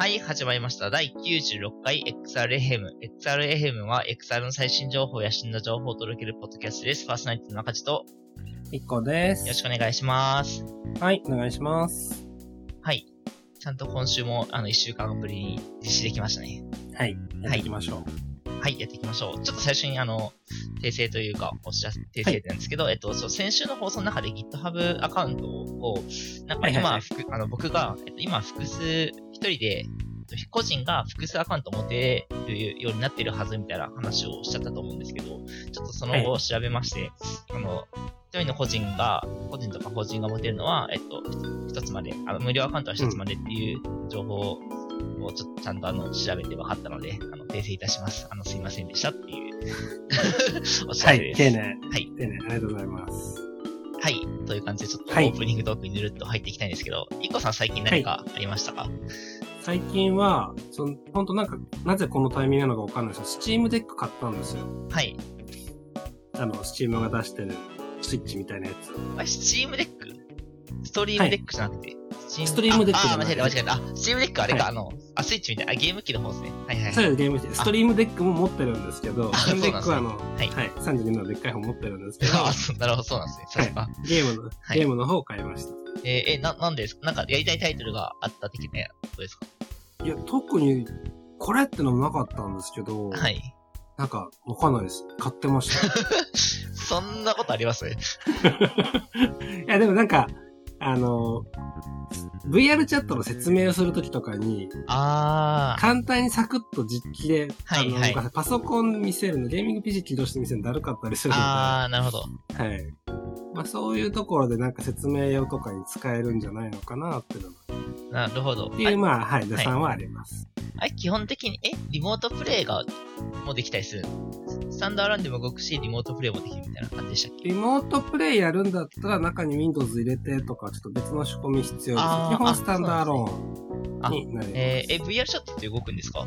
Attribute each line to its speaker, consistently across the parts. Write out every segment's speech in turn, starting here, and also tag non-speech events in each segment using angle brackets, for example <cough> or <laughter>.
Speaker 1: はい、始まりました。第96回 XRFM。XRFM は XR の最新情報や死んだ情報を届けるポッドキャストです。パーソナリティの中地と、
Speaker 2: 一個
Speaker 1: よ
Speaker 2: で
Speaker 1: ろし
Speaker 2: す。
Speaker 1: くお願いします。
Speaker 2: はい、お願いします。
Speaker 1: はい。ちゃんと今週も、あの、1週間ぶりに実施できましたね。
Speaker 2: はい、やっていきましょう。
Speaker 1: はい、やっていきましょう。ちょっと最初に、あの、訂正というか、お知らせ、訂正なんですけど、えっと、そう、先週の放送の中で GitHub アカウントを、なんか
Speaker 2: はいはいは
Speaker 1: 今、
Speaker 2: い
Speaker 1: ふくあの、僕が、えっと、今、複数、一人で、えっと個人が複数アカウントを持てるようになってるはずみたいな話をしちゃったと思うんですけど、ちょっとその後調べまして、あの、一人の個人が、個人とか法人が持てるのは、えっと、一つまで、あの、無料アカウントは一つまでっていう情報を、ちょっとちゃんとあの、調べて分かったので、あの、訂正いたします。あの、すいませんでしたって
Speaker 2: <laughs>
Speaker 1: いうお知
Speaker 2: は
Speaker 1: らせで
Speaker 2: い、
Speaker 1: す。
Speaker 2: 丁寧。
Speaker 1: はい。
Speaker 2: 丁寧、ありがとうございます。
Speaker 1: はい。という感じで、ちょっとオ
Speaker 2: はい
Speaker 1: ープニングトークにぬるっと入っていきたいんですけど、いっこさん最近何かありましたか、
Speaker 2: 最近は、その、ほんとなんか、なぜこのタイミングなのかわかんないですけど、Steam Deck 買ったんですよ。
Speaker 1: はい。
Speaker 2: あの、Steam が出してるスイッチみたいなやつ。
Speaker 1: あ、スチームデックストリームデックじゃなくて、ス
Speaker 2: ストリームデック
Speaker 1: あ、あ
Speaker 2: じゃ
Speaker 1: 間
Speaker 2: な
Speaker 1: 違え
Speaker 2: くて
Speaker 1: た間違えた。あ、スチームデックあれか、
Speaker 2: はい
Speaker 1: あの、あ、スイッチみたいな、あ、ゲーム機の方ですね。はいはい
Speaker 2: そ
Speaker 1: は
Speaker 2: う
Speaker 1: い。
Speaker 2: いうゲーム機、Stream Deck も持ってるんですけど、
Speaker 1: あ
Speaker 2: Steam
Speaker 1: そうなんで
Speaker 2: Deck
Speaker 1: すね
Speaker 2: はあの、
Speaker 1: は
Speaker 2: はいい、32のでっかい本持ってるんですけど、
Speaker 1: <laughs> あ、そうなるほど、そうなんですね。そうか。
Speaker 2: ゲームの、
Speaker 1: はい
Speaker 2: ゲームの方を買いました。
Speaker 1: えーえーな、なんでですかなんかやりたいタイトルがあった的なことですか
Speaker 2: いや、特に、これってのもなかったんですけど、
Speaker 1: はい。
Speaker 2: なんか、わかんないです。買ってました。
Speaker 1: そんなことあります
Speaker 2: いや、でもなんか、あの、VR チャットの説明をするときとかに、
Speaker 1: あー。
Speaker 2: 簡単にサクッと実機で、
Speaker 1: はい
Speaker 2: あの
Speaker 1: はい
Speaker 2: 動かせパソコン見せるの、ゲーミング PC 起動して見せるのだるかったりするので、は
Speaker 1: あー、なるほど。
Speaker 2: い。まあそういうところでなんか説明用とかに使えるんじゃないのかなっていうのが
Speaker 1: なるほど。
Speaker 2: っていう、
Speaker 1: あ
Speaker 2: まあ、はい、予算はあります。
Speaker 1: あれ、基本的に、えリモートプレイが、もうできたりするスタンドアランでも動くし、リモートプレイもできるみたいな感じでしたっけ
Speaker 2: リモートプレイやるんだったら中に Windows 入れてとか、ちょっと別の仕込み必要です。
Speaker 1: あー
Speaker 2: 基本スタンダーローンになります。
Speaker 1: えー、え、VR ショットって動くんですか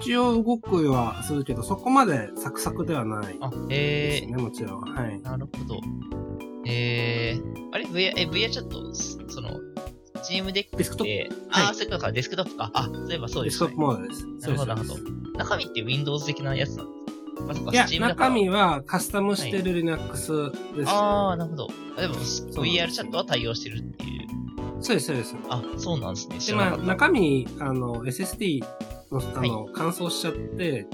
Speaker 2: 一応動くはするけど、そこまでサクサクではない
Speaker 1: あ、
Speaker 2: で
Speaker 1: え
Speaker 2: すね、もちろん。はい
Speaker 1: ー、。なるほど。えー、あれ ?VR、え、VR ショット、そその、チームデック
Speaker 2: デスクト
Speaker 1: っ
Speaker 2: ッ
Speaker 1: て、あ
Speaker 2: は
Speaker 1: ー、そういうことか、デスクトップか。あ、そういえばそ
Speaker 2: プ、
Speaker 1: う
Speaker 2: デ
Speaker 1: で
Speaker 2: ス
Speaker 1: す、
Speaker 2: クト
Speaker 1: ね
Speaker 2: ップ。モードです。
Speaker 1: なるほど
Speaker 2: そうです
Speaker 1: な中身って Windows 的なやつなんですかまさか
Speaker 2: いや
Speaker 1: Steam だ、から
Speaker 2: 中身はカスタムしてる Linux です。
Speaker 1: ああ、なるほど。でも、VR
Speaker 2: うなんです
Speaker 1: チャットは対応してるっていう。
Speaker 2: そうです、そうです。
Speaker 1: あ、そうなんですね。知
Speaker 2: で、
Speaker 1: らな
Speaker 2: ま
Speaker 1: か
Speaker 2: あ、
Speaker 1: った。
Speaker 2: 中身、あの、SSD の、あの、乾燥しちゃって、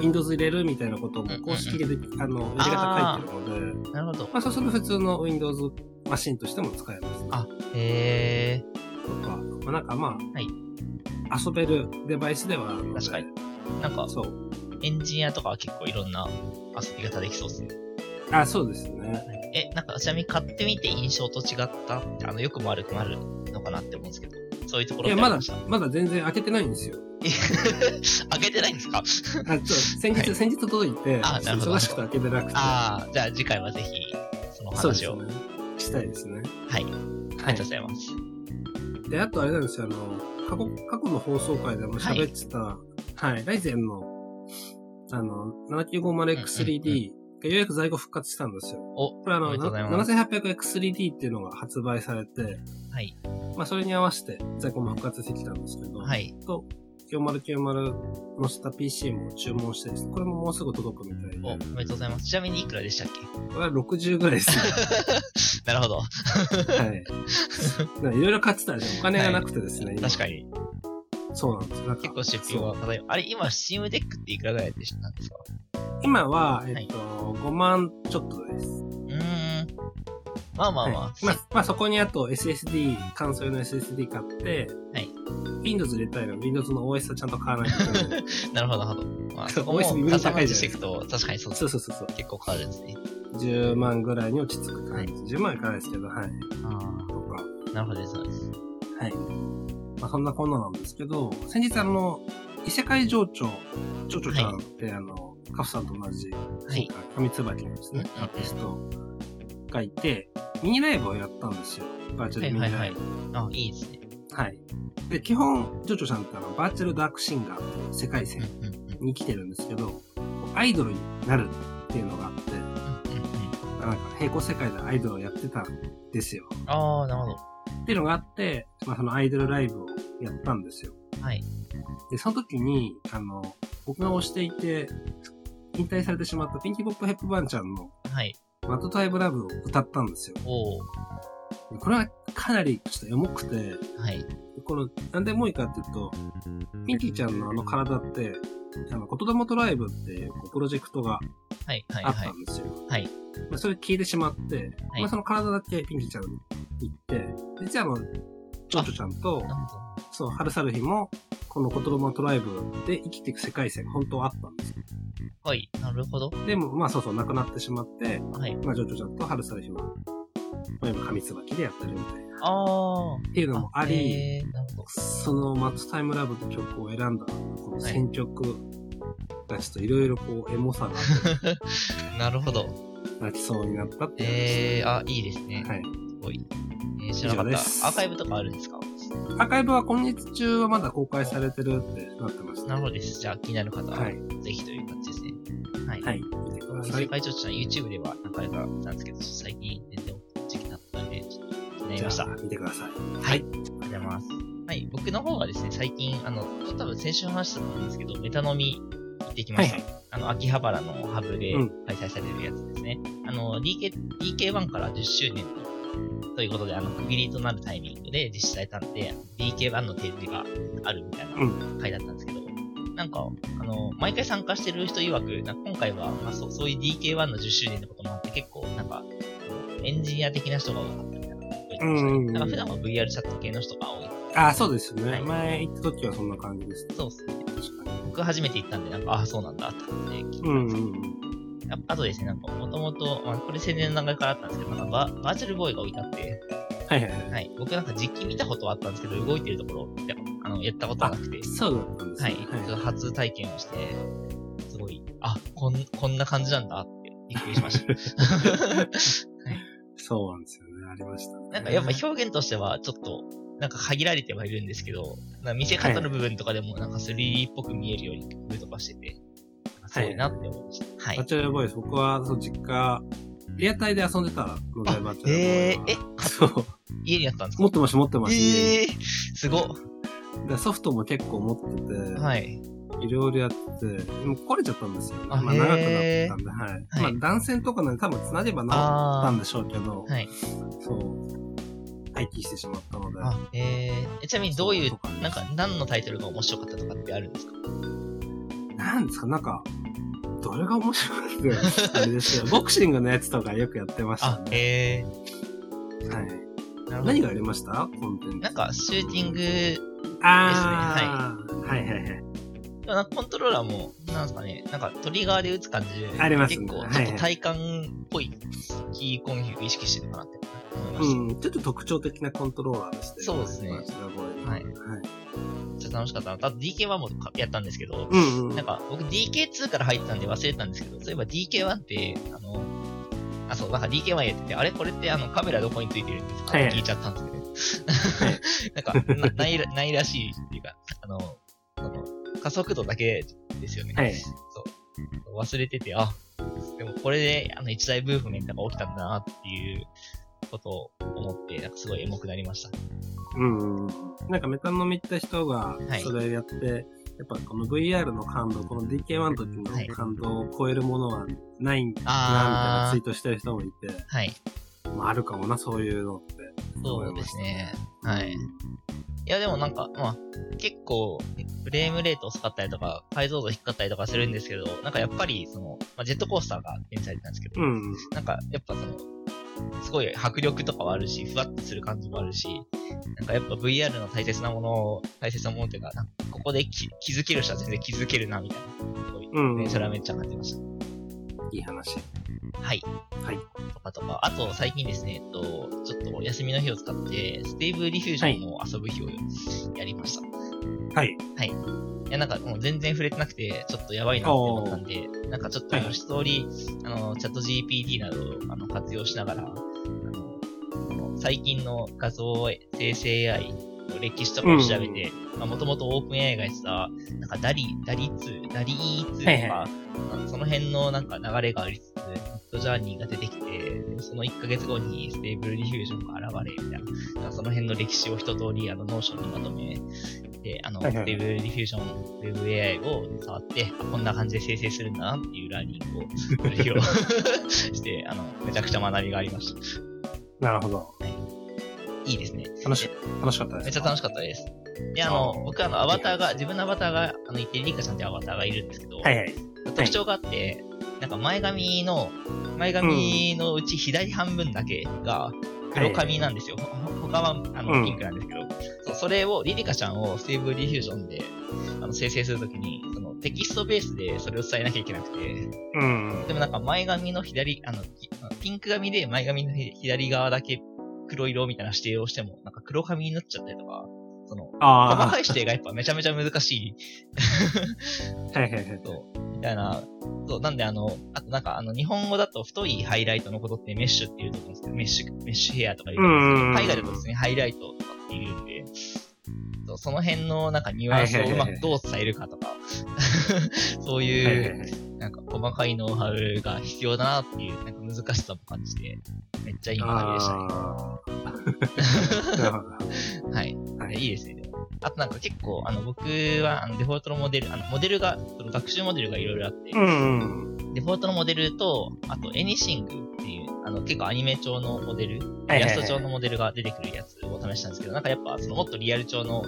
Speaker 2: Windows 入れるみたいなことを
Speaker 1: んうんうん
Speaker 2: 公式でで、あの、やり方書いてるので、
Speaker 1: なるほど。
Speaker 2: まあ、そうすると普通の Windows マシンとしても使えます。
Speaker 1: あ、へえ、
Speaker 2: とか、まあ、なんかまあ、
Speaker 1: い
Speaker 2: 遊べるデバイスではあるので、
Speaker 1: 確かに。なんか、
Speaker 2: そう。
Speaker 1: エンジニアとかは結構いろんな遊び方できそうですね。
Speaker 2: あ、そうですね。
Speaker 1: え、なんか、ちなみに買ってみて印象と違ったって、あの、良くも悪くもあるのかなって思うんですけど、そういうところ
Speaker 2: いや、
Speaker 1: ってあ
Speaker 2: ま
Speaker 1: り
Speaker 2: だ
Speaker 1: ました。、 <laughs>
Speaker 2: まだ全然開けてないんですよ。
Speaker 1: あげてないんですか
Speaker 2: あ、ちょ、先日、
Speaker 1: はい
Speaker 2: 先日届いて、
Speaker 1: あなるほど
Speaker 2: 忙しくて開けてなくて。
Speaker 1: ああ、じゃあ次回はぜひ、その
Speaker 2: そうです
Speaker 1: 話を。
Speaker 2: ね。したいですね。
Speaker 1: はい。あり
Speaker 2: は
Speaker 1: がとうございます。
Speaker 2: い。で、あとあれなんですよ、あの、過去、過去の放送回でも喋ってた、はい、ライゼンの、あの、7950X3D がようやく在庫復活したんですよ。
Speaker 1: お、
Speaker 2: これあ
Speaker 1: お
Speaker 2: の、
Speaker 1: めでとうございます
Speaker 2: 7800X3D っていうのが発売されて、
Speaker 1: はい。
Speaker 2: まあそれに合わせて在庫も復活してきたんですけど、。
Speaker 1: はいい。
Speaker 2: と、9090のした PC も注文してですねこれももうすぐ届くみたい
Speaker 1: お、お
Speaker 2: で、
Speaker 1: めでとうございます。ちなみにいくらでしたっけ
Speaker 2: これは60ぐらいですね。
Speaker 1: なるほど。 <laughs>
Speaker 2: はい。なんかいろいろ買ってたんで、お金がなくてですね、今
Speaker 1: 確かに。
Speaker 2: そうなんですよ。なんか
Speaker 1: 結構出費は高い。あれ、今、スチームデックっていくらぐらいでしたんですか
Speaker 2: 今は、
Speaker 1: い
Speaker 2: えっと、5万ちょっとです。
Speaker 1: うーん。まあまあまあ。
Speaker 2: はいまあ、まあ、そこにあと SSD、乾燥用の SSD 買って、
Speaker 1: はい
Speaker 2: Windows 入れたいの、Windows の OS はちゃんと買わないとい
Speaker 1: <laughs>
Speaker 2: けない。
Speaker 1: なるほど、なるほど。まあ、
Speaker 2: <laughs>
Speaker 1: そこも
Speaker 2: OS 微妙
Speaker 1: カ
Speaker 2: に高い
Speaker 1: ス
Speaker 2: じ
Speaker 1: タ
Speaker 2: ゃな
Speaker 1: マ
Speaker 2: い
Speaker 1: イ
Speaker 2: で
Speaker 1: ズして
Speaker 2: す
Speaker 1: い
Speaker 2: か
Speaker 1: くと、確かにそうですね。
Speaker 2: そうそうそうそう。
Speaker 1: 結構変わるんですね。
Speaker 2: 10万ぐらいに落ち着く感じ。10万いかないですけど、はい。
Speaker 1: あ
Speaker 2: とか。
Speaker 1: あ。なるほどです、そうです。
Speaker 2: はい。まあ、そんなこんななんですけど、先日あの、異世界情緒、情緒ちゃんって、あの、カフさんと同じ、
Speaker 1: い
Speaker 2: 神椿のですね、
Speaker 1: うん
Speaker 2: アーティストがいて、ミニライブをやったんですよ。バーチャ
Speaker 1: は
Speaker 2: ル
Speaker 1: い
Speaker 2: ミニ
Speaker 1: は
Speaker 2: ライ
Speaker 1: い
Speaker 2: ブ。は
Speaker 1: はいい。あいいですね。
Speaker 2: で、基本、情緒ちゃんってあの、バーチャルダークシンガーっていう世界
Speaker 1: うん
Speaker 2: 線
Speaker 1: うんうんうん
Speaker 2: に来てるんですけど、アイドルになるっていうのがあって、
Speaker 1: うんうん。
Speaker 2: なんか平行世界でアイドルをやってたんですよ。
Speaker 1: ああ、なるほど。
Speaker 2: っていうのがあって、まあ、そのアイドルライブをやったんですよ。
Speaker 1: はい。
Speaker 2: で、その時に、あの、僕が推していて、引退されてしまったピンキー・ポップ・ヘップバーンちゃんの
Speaker 1: はい。
Speaker 2: マット・タイブ・ラブを歌ったんですよ。
Speaker 1: おー。
Speaker 2: でこれはかなりちょっとエモくて、
Speaker 1: はい。
Speaker 2: この、なんでもいいかっていうと、ピンキーちゃんのあの体って、あの、言霊トライブっていうこうプロジェクトが
Speaker 1: はい。はい。
Speaker 2: あ
Speaker 1: は
Speaker 2: った
Speaker 1: い。
Speaker 2: んですよ。
Speaker 1: はい
Speaker 2: まあ、それ聞いてしまって、
Speaker 1: はい
Speaker 2: まあ、その体だけピンキーちゃんに行って、で、じゃあもう、ちょちょちゃんと、
Speaker 1: なるほど。
Speaker 2: そう、春去る日も、この言霊トライブで生きていく世界線、本当はあったんですよ。
Speaker 1: はい。なるほど。
Speaker 2: でも、まあそうそう、亡くなってしまって、
Speaker 1: はい。
Speaker 2: まあ、ジョジョちゃんと春去る日も、まあ、今、神椿でやってるみたいな。
Speaker 1: あ
Speaker 2: っていう
Speaker 1: ー。
Speaker 2: のもあり、
Speaker 1: えー、なるほど。
Speaker 2: そのマットタイムラブって曲を選んだ、この選曲がちょっといろいろこう、エモさが
Speaker 1: なるほど。
Speaker 2: 泣きそうになったっていう
Speaker 1: えー、あ、いいですね。
Speaker 2: 話。はい。
Speaker 1: すごい。えー、知らなかった。ア
Speaker 2: 以上です
Speaker 1: ーカイブとかあるんですか
Speaker 2: アーカイブは今日中はまだ公開されてるってなってました。
Speaker 1: なるほどです。じゃあ、気になる方は、
Speaker 2: はい。
Speaker 1: ぜひという感じですね。はい。
Speaker 2: はい。見てくださ
Speaker 1: 世
Speaker 2: い。
Speaker 1: 界長ちゃん YouTube では何回か見たんですけど、最近全然時期だったんで、ちょっと気になり
Speaker 2: じゃ
Speaker 1: ました。
Speaker 2: あ、見てください。
Speaker 1: はい。ありがとうございます。はい。僕の方はですね、最近、あの、多分先週話したと思うんですけど、メタ飲み行ってきました。
Speaker 2: は
Speaker 1: あの、秋葉原のハブで
Speaker 2: うん
Speaker 1: 開催されるやつですね。あの、DK、DK1 から10周年ということで、あの、区切りとなるタイミングで実施されたんで、DK1 の展示があるみたいな
Speaker 2: う
Speaker 1: 回だったんですけど、なんか、あの、毎回参加してる人曰く、なんか今回は、まあ、そうそういう DK1 の10周年ってこともあって、結構、なんか、エンジニア的な人が多かったみたいなこと言ってました
Speaker 2: うんうんう
Speaker 1: ね。な
Speaker 2: ん
Speaker 1: んか普段は VR チャット系の人が多い。
Speaker 2: ああ、そうですよね。
Speaker 1: はい
Speaker 2: 前行った時はそんな感じですね。
Speaker 1: そうっすね。
Speaker 2: 確かに。
Speaker 1: 僕初めて行ったんで、なんか、ああ、そうなんだって感じで聞いた
Speaker 2: うん
Speaker 1: ん
Speaker 2: う
Speaker 1: ですけど、
Speaker 2: んうん。
Speaker 1: やっぱあとですね、なんか、もともと、まあ、これ宣伝の段階からあったんですけど、なんかババーチャルボーイが置いてあって、
Speaker 2: はいはいはい。
Speaker 1: はい。僕なんか実機見たことはあったんですけど、動いてるところを見た、あの、やったことはなくて、
Speaker 2: そうだったんです
Speaker 1: は
Speaker 2: ね
Speaker 1: い。ちょっと初体験をして、すごい、あ、こん、こんな感じなんだって、びっくりしました。
Speaker 2: <laughs>
Speaker 1: <laughs>
Speaker 2: そうなんですよね。ありました、ね。
Speaker 1: なんかやっぱ表現としてはちょっと、なんか限られてはいるんですけど、なんか見せ方の部分とかでもなんか 3D っぽく見えるように工夫とかしてて、なんかすごいなって思いました。はい。
Speaker 2: バーチャルボーイス、僕はその実家、リアタイで遊んでたので、バーチャルボーイ
Speaker 1: えー、え、
Speaker 2: そう。
Speaker 1: 家にあったんです
Speaker 2: 持
Speaker 1: か
Speaker 2: ってました、持ってました。家に
Speaker 1: えー、すごっ。
Speaker 2: でソフトも結構持ってて、
Speaker 1: はい。
Speaker 2: い、ろいろやってて、でも壊れちゃったんですよ、ね。
Speaker 1: あ
Speaker 2: まあ、長くなってたんで、はい。
Speaker 1: はい
Speaker 2: まあ、断線とかなんで多分繋げばなった
Speaker 1: あ
Speaker 2: んでしょうけど、
Speaker 1: ー。はい。
Speaker 2: そう。廃棄してしまったので。
Speaker 1: あ、えー、えちなみにどうい
Speaker 2: そうう、
Speaker 1: なんか何のタイトルが面白かったとかってあるんですか
Speaker 2: なんですか、なんか、どれが面白いって、あれですよ。ボクシングのやつとかよくやってました
Speaker 1: あ、
Speaker 2: ね。
Speaker 1: えー
Speaker 2: はい。、
Speaker 1: なるほど
Speaker 2: 何がありましたコンテンツ。
Speaker 1: なんか、シューティング、
Speaker 2: あー、はいはいはい。
Speaker 1: なんかコントローラーも、なんですかね、なんかトリガーで打つ感じで、
Speaker 2: あります
Speaker 1: 結
Speaker 2: ね
Speaker 1: 構、
Speaker 2: はい
Speaker 1: ち
Speaker 2: は
Speaker 1: ょ
Speaker 2: い
Speaker 1: っと体感っぽいキーコンフィグ意識してるかなって思いまし
Speaker 2: うん、ちょっと特徴的なコントローラーですね。
Speaker 1: そうですね
Speaker 2: バーチャルボーイの
Speaker 1: はい
Speaker 2: はい。
Speaker 1: た。ちょっと楽しかったなと。あと DK1 もかやったんですけど、
Speaker 2: うんうん。
Speaker 1: なんか僕 DK2 から入ったんで忘れてたんですけど、そういえば DK1 って、あの、あ、そう、なんか DK1 やってて、あれこれってあのカメラどこについてるんですか、
Speaker 2: はい
Speaker 1: って聞いちゃったんですけど。 <laughs> なんかな、ないら、ないらしいっていうか、あの、あの加速度だけですよね。
Speaker 2: はい
Speaker 1: そう。忘れてて、あ、でもこれで、あの、一大ブーフメントが起きたんだなっていうことを思って、なんかすごいエモくなりました。
Speaker 2: うん。なんかメタノミった人が
Speaker 1: はい、
Speaker 2: それやって、やっぱこの VR の感動、この DK1 の時
Speaker 1: はい
Speaker 2: の感動を超えるものはないんだな、みたいな
Speaker 1: あ
Speaker 2: ツイ
Speaker 1: ー
Speaker 2: ー。トしてる人もいて、
Speaker 1: はい。
Speaker 2: まああるかもな、そういうのって。
Speaker 1: そうですね。はい。いや、でもなんか、まあ、結構、フレームレート遅かったりとか、解像度低かったりとかするんですけど、なんかやっぱり、その、まあ、ジェットコースターが展示されてたんですけど、
Speaker 2: うん。
Speaker 1: なんか、やっぱその、すごい迫力とかはあるし、ふわっとする感じもあるし、なんかやっぱ VR の大切なものを、大切なものっていうか、なんかここでき気づける人は全然気づけるな、みたいな。すごい
Speaker 2: うん
Speaker 1: ねそれはめっちゃ感じました。
Speaker 2: いい話。
Speaker 1: はい。
Speaker 2: はい。
Speaker 1: とかとか、あと最近ですね、えっと、ちょっとお休みの日を使って、ステーブリフュージョンを遊ぶ日をやりました。い、
Speaker 2: はい。
Speaker 1: や、なんかもう全然触れてなくて、ちょっとやばいなって思ったんで、なんかちょっとあの一通り、あの、チャット GPT などをあの活用しながら、あの、この最近の画像生成 AI の歴史とかを調べて、まあもともとオープン AI がやってた、なんかダリ、ダリ2、ダリー2とか、
Speaker 2: はいは
Speaker 1: まあその辺のなんか流れがありつつ、ミッドジャーニーが出てきて、その1ヶ月後にステーブルディフュージョンが現れ、みたいな、なんかその辺の歴史を一通りあのノーションにまとめ、で、あの、
Speaker 2: はいはい
Speaker 1: Web ディフュージョン、WebAI を触って、あこんな感じで生成するんだなっていうラーニ
Speaker 2: <laughs>
Speaker 1: ングを披露して、あの、めちゃくちゃ学びがありました。
Speaker 2: なるほど。
Speaker 1: いいですね。
Speaker 2: 楽し、楽しかったです。
Speaker 1: めっちゃ楽しかったです。で、あの
Speaker 2: あ、ー
Speaker 1: 僕あの、アバターが、自分のアバターが、あの、いてりかちゃんってアバターがいるんですけど、
Speaker 2: はいはい。
Speaker 1: 特徴があって、なんか前髪の、前髪のうち左半分だけが黒髪なんですよ。ほ他はあ
Speaker 2: う
Speaker 1: の
Speaker 2: ん
Speaker 1: ピンクなんですけど、そうそれを、リリカちゃんをステーブリフュージョンであの生成するときにその、テキストベースでそれを伝えなきゃいけなくて、
Speaker 2: うん。
Speaker 1: でもなんか前髪の左、あの、きピンク髪で前髪の左側だけ黒色みたいな指定をしても、なんか黒髪になっちゃったりとか、その、細
Speaker 2: あ
Speaker 1: かい指定がやっぱめちゃめちゃ難しい
Speaker 2: あ。はいはいはい。
Speaker 1: みたいな。そう、なんであの、あとなんかあの、日本語だと太いハイライトのことってメッシュっていうと思うんですけど、メッシュ、メッシュヘアとか言うと思うんですけど
Speaker 2: うん
Speaker 1: 海外だとですね、ハイライトとかっていうんで、そうその辺のなんかニュアンスをうまくどう伝えるか <laughs> とか、そう
Speaker 2: はい
Speaker 1: い
Speaker 2: は
Speaker 1: う
Speaker 2: いはい。
Speaker 1: なんか細かいノウハウが必要だなっていう、なんか難しさも感じて、めっちゃいい学びでしたね。
Speaker 2: ああ。なるほど。
Speaker 1: はい。
Speaker 2: はい
Speaker 1: い、いですね。でもあとなんか結構、あの、僕は、あの、デフォルトのモデル、あの、モデルが、その学習モデルがいろいろあって、
Speaker 2: うんうん。
Speaker 1: デフォルトのモデルと、あと、エニシングっていう、あの、結構アニメ調のモデル、
Speaker 2: は
Speaker 1: イ
Speaker 2: い
Speaker 1: ラ
Speaker 2: はい
Speaker 1: スト
Speaker 2: は
Speaker 1: 調
Speaker 2: い。
Speaker 1: のモデルが出てくるやつを試したんですけど、なんかやっぱ、そのもっとリアル調の、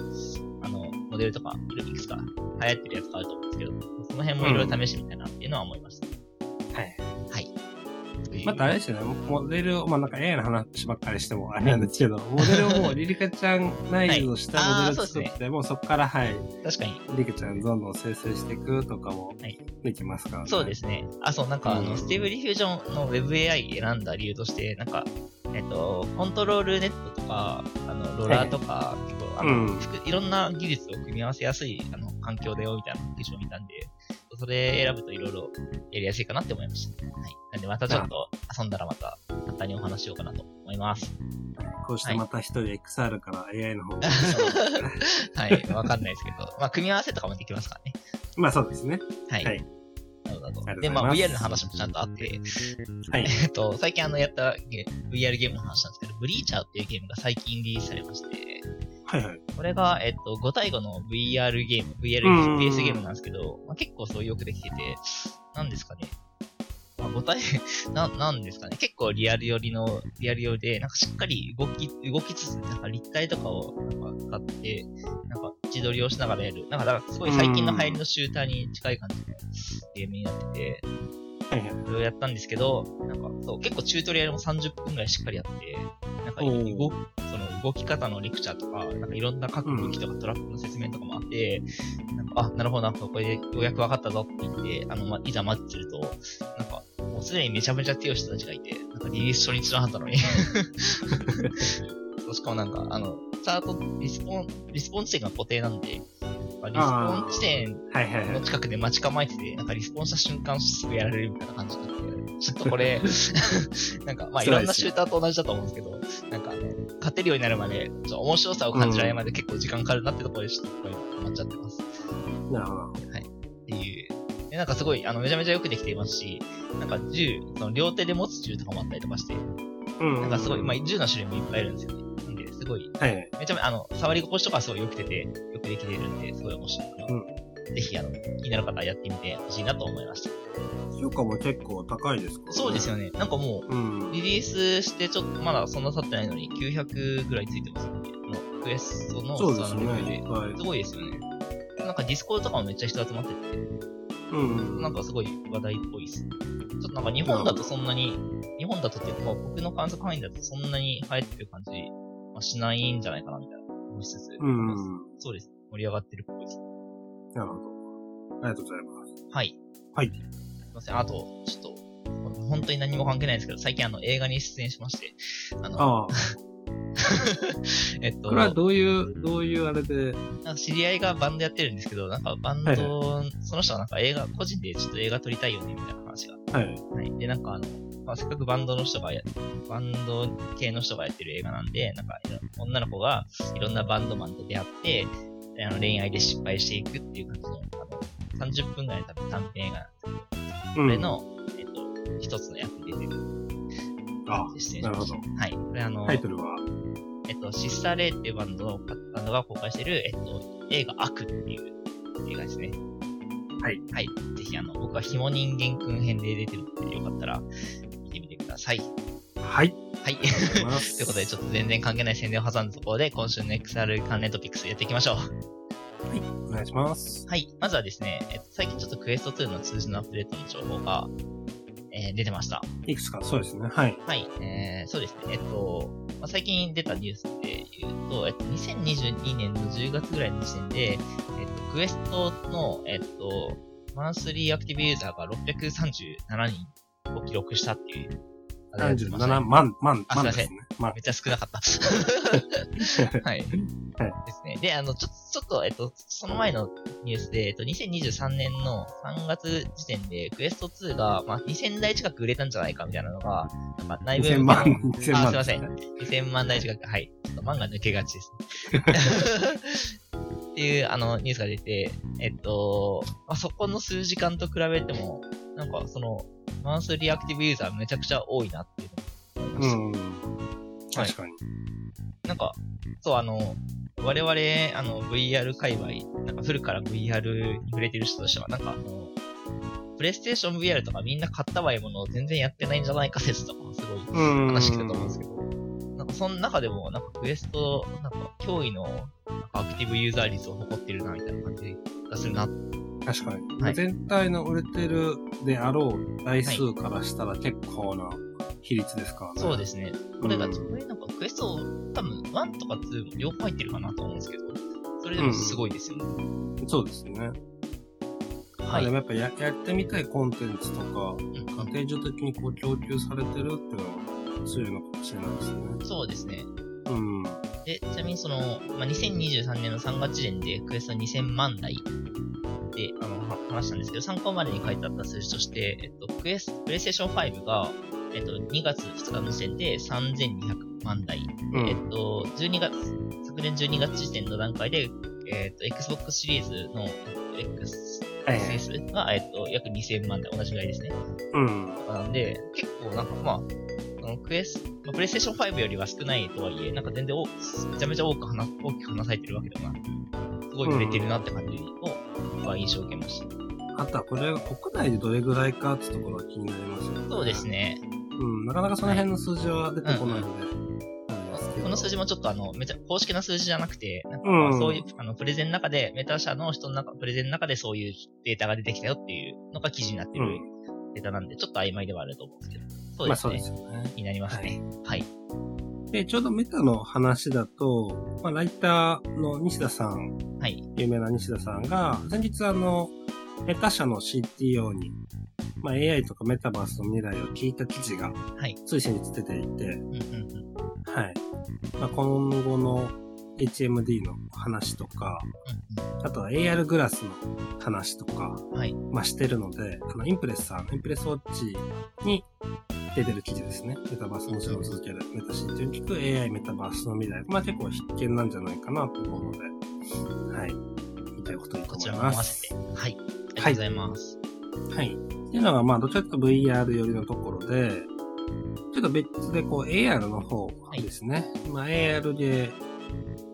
Speaker 1: あの、モデルとか、いくつか流行ってるやつがあると思うんですけど、その辺もいろいろ試してみたいなっていうのは思いました。
Speaker 2: はい。
Speaker 1: はい。
Speaker 2: またあれですよね、モデルを、まあなんか AI の話ばっかりしてもあれなんですけ <laughs> ど、モデルをもうリリカちゃん内容したモデルを作って、もうそこから、はい、
Speaker 1: 確かに。
Speaker 2: リリカちゃんどんどん生成していくとかも
Speaker 1: はい
Speaker 2: できますから、ね。
Speaker 1: そうですすね。あ、そう、なんか、あ
Speaker 2: う
Speaker 1: の、
Speaker 2: ん
Speaker 1: ステーブリフュージョンの WebAI 選んだ理由として、なんか、えっと、コントロールネットとか、あの、ロラーとか、結構、あの、
Speaker 2: うん
Speaker 1: 複いろんな技術を組み合わせやすい、あの、環境だよ、みたいな記事を見たんで、それ選ぶといろいろやりやすいかなって思いました。はい。なんで、またちょっと遊んだらまた、簡単にお話しようかなと思います。
Speaker 2: こうしてまた一人 XR から AI の方が、
Speaker 1: はい。わかんないですけど、 <laughs> まあ、組み合わせとかもできますからね。
Speaker 2: <laughs> まあそうですね。
Speaker 1: はい。
Speaker 2: はい
Speaker 1: なるほ
Speaker 2: あ
Speaker 1: ど。
Speaker 2: り
Speaker 1: で、
Speaker 2: がと
Speaker 1: ま
Speaker 2: うご
Speaker 1: あ、
Speaker 2: ざい
Speaker 1: VR
Speaker 2: ます
Speaker 1: の話もちゃんとあって、
Speaker 2: はい。
Speaker 1: えっと、最近あの、やったゲ VR ゲームの話なんですけど、ブリーチャーっていうゲームが最近リリースされまして、
Speaker 2: はいはい。
Speaker 1: これが、えっと、5対5の VR ゲーム、VR
Speaker 2: うん
Speaker 1: FPS ゲームなんですけど、まあ、結構そうよくできてて、なんですかね。まあ、5対、 <laughs> な、なんですかね。結構リアル寄りの、リアル寄りで、なんかしっかり動き、動きつつ、なんか立体とかを、なんか使って、なんか自撮りをしながらやる。なんか、だからすごい最近の流行りのシューターに近い感じのゲームになってて、
Speaker 2: はいはい。
Speaker 1: いろいろやったんですけど、なんかそう、結構チュートリアルも30分ぐらいしっかりやって、なんか
Speaker 2: おー
Speaker 1: 動その動き方のレクチャーとか、なんかいろんな各武器とかトラップの説明とかもあって、なんかあ、なるほどな、これでようやく分かったぞって言って、あの、ま、いざマッチすると、なんか、もうすでにめちゃめちゃ強い人たちがいて、なんかリリース初日のはずなのに。 <laughs> そうしかもなんか、あの、スタート、リスポン、リスポン地点が固定なんで、まあリスポン地点
Speaker 2: はいはいは
Speaker 1: の
Speaker 2: い。
Speaker 1: 近くで待ち構えてて、なんかリスポンした瞬間すぐやられるみたいな感じになって、ちょっとこれ、 <laughs> なんかまあいろんなシューターと同じだと思うんですけど、なんかあの、勝てるようになるまで、ちょっと面白さを感じられるまで結構時間かかるなってところでちょっとこれ困っちゃってます。
Speaker 2: なるほど。
Speaker 1: っていう。で、なんかすごい、あの、めちゃめちゃよくできていますし、なんか銃、その両手で持つ銃とかもあったりとかして、
Speaker 2: うん。
Speaker 1: なんかすごい、まあ銃の種類もいっぱいいるんですよね。なんで、すごい、
Speaker 2: はいはい。
Speaker 1: めちゃめちゃ、あの、触り心地とかはすごい良くてて、よくできてるんで、すごい面白いので、ぜひ、あの、気になる方はやってみてほしいなと思いました。
Speaker 2: 評価も結構高いですからね。
Speaker 1: そうですよ
Speaker 2: ね。
Speaker 1: ね。なんかも
Speaker 2: うん
Speaker 1: う、。リリースしてちょっとまだそんな経ってないのに、900ぐらいついてますよね。のクエストの
Speaker 2: そうですね。
Speaker 1: レ
Speaker 2: は
Speaker 1: ベルで。
Speaker 2: い。
Speaker 1: すごいですよね。なんかディスコードとかもめっちゃ人集まってて、
Speaker 2: うん。
Speaker 1: なんかすごい話題っぽいです。ちょっとなんか日本だとそんなに、日本だとっていうか、僕の観測範囲だとそんなに流行ってる感じはしないんじゃないかなみたいな思いつつ、
Speaker 2: うん。
Speaker 1: そうです。盛り上がってるっぽいです。
Speaker 2: なるほど。ありがとうございます。
Speaker 1: はい。
Speaker 2: はい
Speaker 1: すいません。あと、ちょっと、本当に何も関係ないんですけど、最近あの映画に出演しまして、あの、
Speaker 2: ああ。
Speaker 1: えっと、
Speaker 2: これはどういう、どういうあれで、
Speaker 1: なんか知り合いがバンドやってるんですけど、なんかバンド、
Speaker 2: はい
Speaker 1: その人はなんか映画、個人でちょっと映画撮りたいよね、みたいな話が。
Speaker 2: はい。
Speaker 1: はい。で、なんかあの、まあ、せっかくバンドの人がや、バンド系の人がやってる映画なんで、なんか、いろ女の子がいろんなバンドマンと出会って、であの恋愛で失敗していくっていう感じの、あの、30分ぐらいの多分短編映画なんですけど、
Speaker 2: う
Speaker 1: こ
Speaker 2: ん
Speaker 1: れの、えっと、一つの役に出てる。
Speaker 2: あ
Speaker 1: 出演し
Speaker 2: なる
Speaker 1: ま
Speaker 2: ほ
Speaker 1: した
Speaker 2: ど。
Speaker 1: はい。これあの
Speaker 2: タ、イトルは
Speaker 1: えっと、シッサーレイっていうバンドのバンドが公開してる、えっと、映画悪っていう映画ですね。
Speaker 2: はい。
Speaker 1: はい。ぜひ、あの、僕は紐人間くん編で出てるので、よかったら見てみてください。
Speaker 2: はい。
Speaker 1: <laughs> はい。
Speaker 2: ありがとうございま
Speaker 1: ということで、ち
Speaker 2: す。
Speaker 1: ょっと全然関係ない宣伝を挟んだところで、今週の XR 関連トピックスやっていきましょう。
Speaker 2: お願いします。
Speaker 1: はい。まずはですね、えっと、最近ちょっとクエスト2の通じのアップデートの情報が、えー出てました。
Speaker 2: いくつか、そうですね。はい。
Speaker 1: はい。えー、そうですね。えっと、まあ、最近出たニュースで言うと、えっと、2022年の10月ぐらいの時点で、えっと、クエストの、えっと、マンスリーアクティブユーザーが637人を記録したっていう。
Speaker 2: 37万、万、
Speaker 1: あ
Speaker 2: 万です
Speaker 1: いませ
Speaker 2: す
Speaker 1: ん
Speaker 2: ね。万。
Speaker 1: めっちゃ少なかった。 <laughs> はい。ですね。で、あの、ちょっと、ちょっと、えっと、その前のニュースで、えっと、2023年の3月時点で、クエスト2が、まあ、2000台近く売れたんじゃないか、みたいなのが、なんか内部
Speaker 2: 2000万、2000万。
Speaker 1: あすいません。2000万台近く、はい。ちょっと漫画抜けがちですね。 <laughs> っていう、あの、ニュースが出て、えっと、まあ、そこの数時間と比べても、なんか、その、マンスリーアクティブユーザーめちゃくちゃ多いなっていうのを思いました
Speaker 2: うん。確かに。
Speaker 1: なんか、そう、あの、我々、あの、VR 界隈、なんか古から VR に触れてる人としては、なんかあの、プレイステーション VR とかみんな買ったわいものを全然やってないんじゃないか説とかもすごい
Speaker 2: うん。
Speaker 1: 話聞くと思うんですけど、なんかその中でも、なんかクエスト、なんか脅威のなんかアクティブユーザー率を誇ってるな、みたいな感じがするな。
Speaker 2: 確かに、
Speaker 1: はい
Speaker 2: 全体の売れてるであろう台数からしたら結構な比率ですからね。
Speaker 1: そう
Speaker 2: で
Speaker 1: ですね。これが、
Speaker 2: うん
Speaker 1: これなんかクエスト、多分1とか2も両方入ってるかなと思うんですけど、それでもすごいですよね。
Speaker 2: す。そうですね。
Speaker 1: はい
Speaker 2: で。もやっぱややってみたいコンテンツとか、
Speaker 1: うんうん
Speaker 2: 家庭所的にこう供給されてるっていうのは強いのかもしれないですね。
Speaker 1: そうですね。
Speaker 2: うん。
Speaker 1: で、ちなみにその、まあ、2023年の3月時点でクエスト2000万台で、あの、は話したんですけど、参考までに書いてあった数字として、えっと、クエスト、プレイステーション5が、えっと、2月2日の時点で3200万台。
Speaker 2: う
Speaker 1: えっ
Speaker 2: ん。
Speaker 1: と、12月、昨年12月時点の段階で、えっと、Xbox シリーズの、えっと X、
Speaker 2: ええ
Speaker 1: XS が、えっと、約2000万台、同じぐらいですね。
Speaker 2: うん。
Speaker 1: なんで、結構なんかまあ、あのクエス、まあ、プレイステーション5よりは少ないとはいえ、なんか全然おめちゃめちゃ多く話、大きく話されてるわけでもなく、すごい売れてるなって感じを、は印象を受けました。
Speaker 2: あとはこれが国内でどれぐらいかってところが気になりますよね。
Speaker 1: そうです。ね。
Speaker 2: うん。なかなかその辺の数字は出てこないので。あれですけど
Speaker 1: この数字もちょっとあの、めちゃ、公式な数字じゃなくて、なんか
Speaker 2: うん
Speaker 1: まあそういう、あの、プレゼンの中で、メタ社の人の中、プレゼンの中でそういうデータが出てきたよっていうのが記事になって
Speaker 2: う
Speaker 1: る
Speaker 2: ん。
Speaker 1: データなんで、ちょっと曖昧ではあると思うんですけど。そう
Speaker 2: ま
Speaker 1: で
Speaker 2: あ
Speaker 1: す
Speaker 2: そうで
Speaker 1: ね。
Speaker 2: すよね。
Speaker 1: になりますね。はい。
Speaker 2: で、ちょうどメタの話だと、まあ、ライターの西田さん、
Speaker 1: はい。
Speaker 2: 有名な西田さんが、先日あの、メタ社の CTO に、まあ、AI とかメタバースの未来を聞いた記事が、
Speaker 1: はい
Speaker 2: つい先日出ていて、
Speaker 1: うんうん
Speaker 2: はい。まあ、今後の HMD の話とか、あとは AR グラスの話とか、
Speaker 1: うん。はい。
Speaker 2: まあ、してるので、あの、インプレスさん、インプレスウォッチに出てる記事ですね。メタバースもちろん続ける。メタシーという聞く AI メタバースの未来。まあ、結構必見なんじゃないかなと思うので、はい。言いたいこといいと
Speaker 1: こ
Speaker 2: 思
Speaker 1: ち
Speaker 2: い
Speaker 1: らも合
Speaker 2: ま
Speaker 1: わせ
Speaker 2: す
Speaker 1: て。。はい。ありがとうございます。
Speaker 2: はい。っていうのが、まあ、どちらかというと VR 寄りのところで、ちょっと別で、こう、AR の方ですね。まあ、AR で、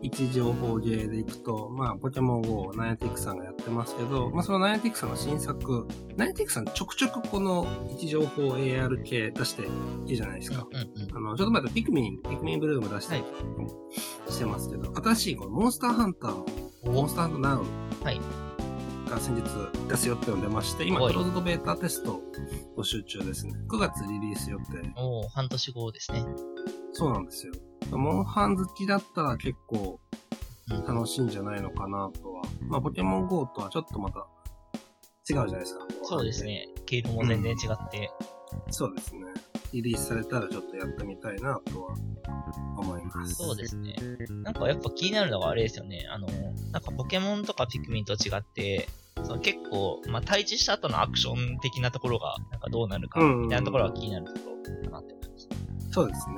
Speaker 2: 位置情報芸でいくと、まあ、ポケモン GO をナイアティックさんがやってますけど、まあ、そのナイアティックさんの新作、ナイアティックさんちょくちょくこの位置情報 AR 系出していいじゃないですか。
Speaker 1: うんうん
Speaker 2: あの、ちょっと待って、ピクミン、ピクミンブルーも出したりとかもしてますけど、新しいこのモンスターハンターのモンスターハンター Now
Speaker 1: はい
Speaker 2: が先日出すよっていうの出まして、今、
Speaker 1: おい
Speaker 2: クローズドベータテスト募集中ですね。9月リリース予定。
Speaker 1: おお半年後ですね。
Speaker 2: そうなんですよ。モンハン好きだったら結構
Speaker 1: うん
Speaker 2: 楽しいんじゃないのかなとは。まあ、ポケモン GO とはちょっとまた違うじゃないですか。
Speaker 1: そうです。ね。毛色も全然違って。
Speaker 2: そうですね。リリースされたらちょっとやってみたいなとは思います。
Speaker 1: そうですね。なんかやっぱ気になるのがあれですよね。あの、なんかポケモンとかピクミンと違って、その結構、まあ、対峙した後のアクション的なところが、なんかどうなるか、
Speaker 2: うん
Speaker 1: みたいなところが気になるところかなって思います。
Speaker 2: そうですね。